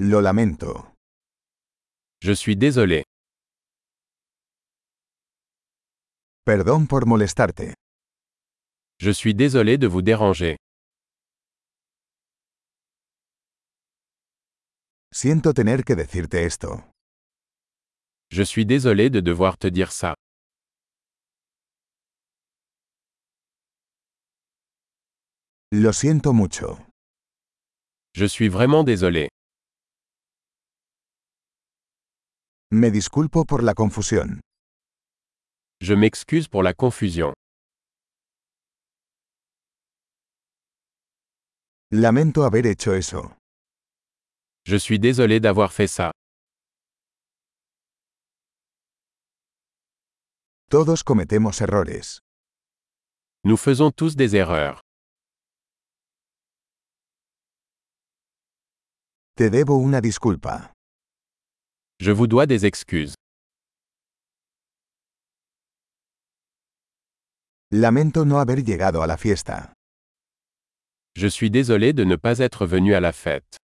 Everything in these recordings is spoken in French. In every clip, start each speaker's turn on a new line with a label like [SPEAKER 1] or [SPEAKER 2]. [SPEAKER 1] Lo lamento.
[SPEAKER 2] Je suis désolé.
[SPEAKER 1] Perdón por molestarte.
[SPEAKER 2] Je suis désolé de vous déranger.
[SPEAKER 1] Siento tener que decirte esto.
[SPEAKER 2] Je suis désolé de devoir te dire ça.
[SPEAKER 1] Lo siento mucho.
[SPEAKER 2] Je suis vraiment désolé.
[SPEAKER 1] Me disculpo por la confusión.
[SPEAKER 2] Je m'excuse pour la confusion.
[SPEAKER 1] Lamento haber hecho eso.
[SPEAKER 2] Je suis désolé d'avoir fait ça.
[SPEAKER 1] Todos cometemos errores.
[SPEAKER 2] Nous faisons tous des erreurs.
[SPEAKER 1] Te debo una disculpa.
[SPEAKER 2] Je vous dois des excuses.
[SPEAKER 1] Lamento no haber llegado a la fiesta.
[SPEAKER 2] Je suis désolé de ne pas être venu à la fête.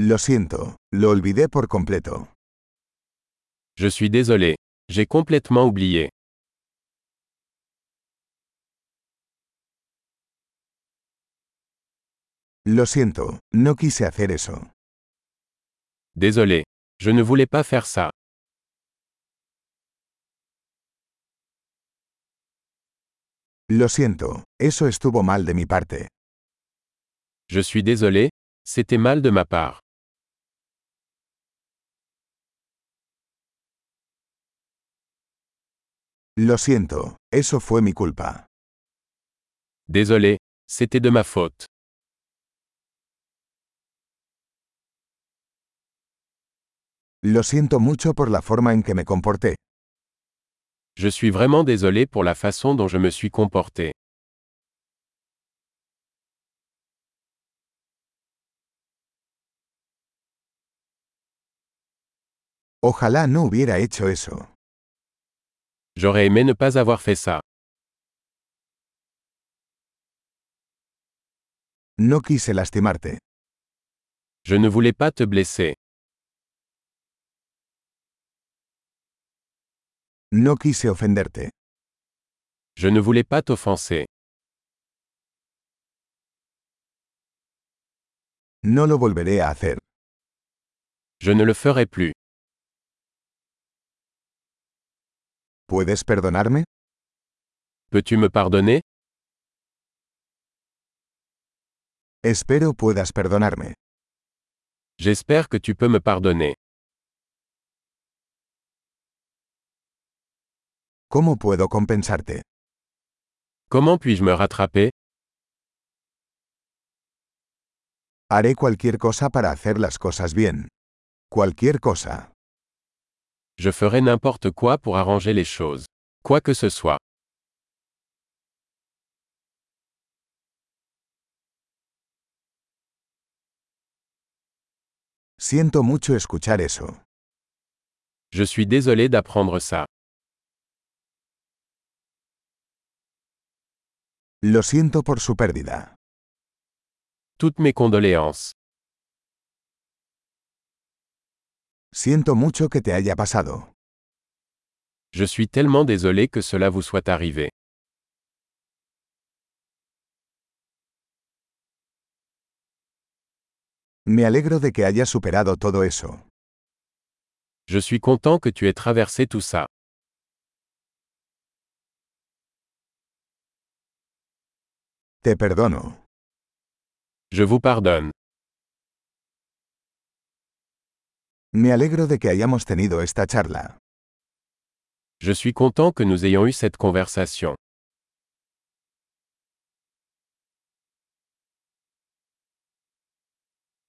[SPEAKER 1] Lo siento, lo olvidé por completo.
[SPEAKER 2] Je suis désolé. J'ai complètement oublié.
[SPEAKER 1] Lo siento, no quise hacer eso.
[SPEAKER 2] Désolé. Je ne voulais pas faire ça.
[SPEAKER 1] Lo siento, eso estuvo mal de mi parte.
[SPEAKER 2] Je suis désolé. C'était mal de ma part.
[SPEAKER 1] Lo siento, eso fue mi culpa.
[SPEAKER 2] Désolé. C'était de ma faute.
[SPEAKER 1] Lo siento mucho por la forma en que me comporté.
[SPEAKER 2] Je suis vraiment désolé pour la façon dont je me suis comporté.
[SPEAKER 1] Ojalá no hubiera hecho eso.
[SPEAKER 2] J'aurais aimé ne pas avoir fait ça.
[SPEAKER 1] No quise lastimarte.
[SPEAKER 2] Je ne voulais pas te blesser.
[SPEAKER 1] No quise ofenderte.
[SPEAKER 2] Je ne voulais pas t'offenser.
[SPEAKER 1] No lo volveré a hacer.
[SPEAKER 2] Je ne le ferai plus.
[SPEAKER 1] ¿Puedes perdonarme?
[SPEAKER 2] Peux-tu me pardonner
[SPEAKER 1] Espero puedas perdonarme.
[SPEAKER 2] J'espère que tu peux me pardonner.
[SPEAKER 1] ¿Cómo puedo compensarte?
[SPEAKER 2] Comment puis-je me rattraper
[SPEAKER 1] Haré cualquier cosa para hacer las cosas bien. Cualquier cosa.
[SPEAKER 2] Je ferai n'importe quoi pour arranger les choses. Quoi que ce soit.
[SPEAKER 1] Siento mucho escuchar eso.
[SPEAKER 2] Je suis désolé d'apprendre ça.
[SPEAKER 1] Lo siento por su pérdida.
[SPEAKER 2] Toutes mes condoléances.
[SPEAKER 1] Siento mucho que te haya pasado.
[SPEAKER 2] Je suis tellement désolé que cela vous soit arrivé.
[SPEAKER 1] Me alegro de que hayas superado todo eso.
[SPEAKER 2] Je suis content que tu aies traversé tout ça.
[SPEAKER 1] Te perdono.
[SPEAKER 2] Je vous pardonne.
[SPEAKER 1] Me alegro de que hayamos tenido esta charla.
[SPEAKER 2] Je suis content que nous ayons eu cette conversation.